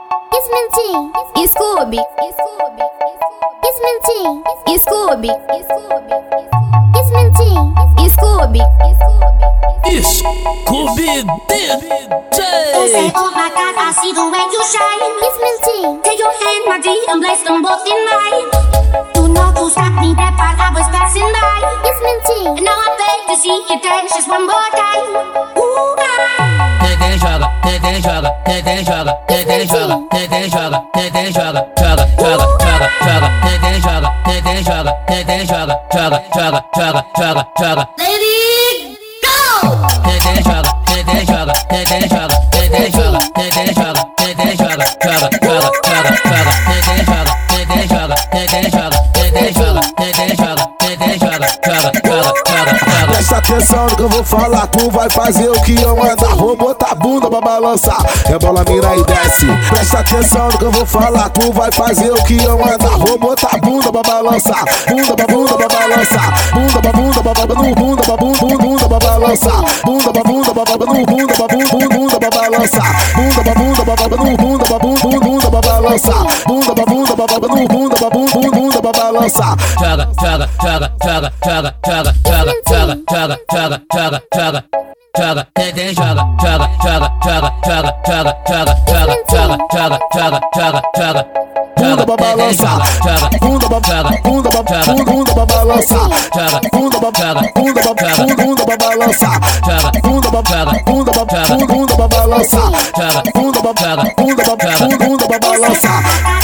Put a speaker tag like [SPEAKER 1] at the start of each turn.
[SPEAKER 1] It's Minty.
[SPEAKER 2] Scooby,
[SPEAKER 1] It's Minty.
[SPEAKER 2] Scooby,
[SPEAKER 1] It's Minty.
[SPEAKER 2] Scooby,
[SPEAKER 3] Scooby DJ!
[SPEAKER 4] Oh my god, I see the way you shine.
[SPEAKER 1] It's Minty.
[SPEAKER 4] Take your hand, my dear, and place them both in mine. Do not to stop me that part I was passing by.
[SPEAKER 1] It's Minty.
[SPEAKER 4] And now I beg to see you dance just one more time. Ooh, ah.
[SPEAKER 3] Neném joga, neném joga, neném joga, neném joga, neném joga, neném joga, joga, joga, joga, joga, neném joga, neném joga, neném joga, joga, joga, joga, joga, joga.
[SPEAKER 4] Lady, go!
[SPEAKER 3] Neném joga, neném joga, neném joga, neném joga, neném joga, neném joga, joga, joga, joga, joga, neném joga, neném joga, neném joga, neném joga, neném joga, neném joga, joga, joga, joga, joga.
[SPEAKER 5] Presta atenção no que eu vou falar, tu vai fazer o que eu mandar. Vou botar a bunda pra balançar, rebola, mira e desce. Presta atenção no que eu vou falar, tu vai fazer o que eu mandar. Vou botar a bunda pra balançar, bunda pra bunda pra balançar, bunda pra bunda pra bunda, bunda pra bunda, bunda, bunda pra balançar, bunda pra bunda pra bunda, bunda pra bunda, bunda, bunda pra balançar, bunda pra bunda pra bunda, bunda pra bunda, bunda, bunda pra balançar, bunda pra bunda pra bunda, bunda pra bunda, bunda, bunda pra balançar.
[SPEAKER 3] joga, joga, joga, joga, joga, joga, joga, joga, joga, joga, joga, joga. Joga, neném joga, joga, joga, joga, joga, joga, joga, joga, joga, joga, joga, joga, joga.
[SPEAKER 5] bunda
[SPEAKER 3] Joga,
[SPEAKER 5] pra
[SPEAKER 3] neném
[SPEAKER 5] balançar,
[SPEAKER 3] joga, joga,
[SPEAKER 5] bunda pra
[SPEAKER 3] joga,
[SPEAKER 5] bunda pra
[SPEAKER 3] joga,
[SPEAKER 5] bunda pra balançar,
[SPEAKER 3] joga,
[SPEAKER 5] bunda pra
[SPEAKER 3] joga,
[SPEAKER 5] bunda pra
[SPEAKER 3] joga,
[SPEAKER 5] bunda pra balançar,
[SPEAKER 3] joga,
[SPEAKER 5] bunda pra
[SPEAKER 3] joga,
[SPEAKER 5] bunda pra
[SPEAKER 3] joga,
[SPEAKER 5] bunda pra balançar,
[SPEAKER 3] joga,
[SPEAKER 5] bunda pra
[SPEAKER 3] joga,
[SPEAKER 5] bunda pra bunda pra balançar.
[SPEAKER 4] ah.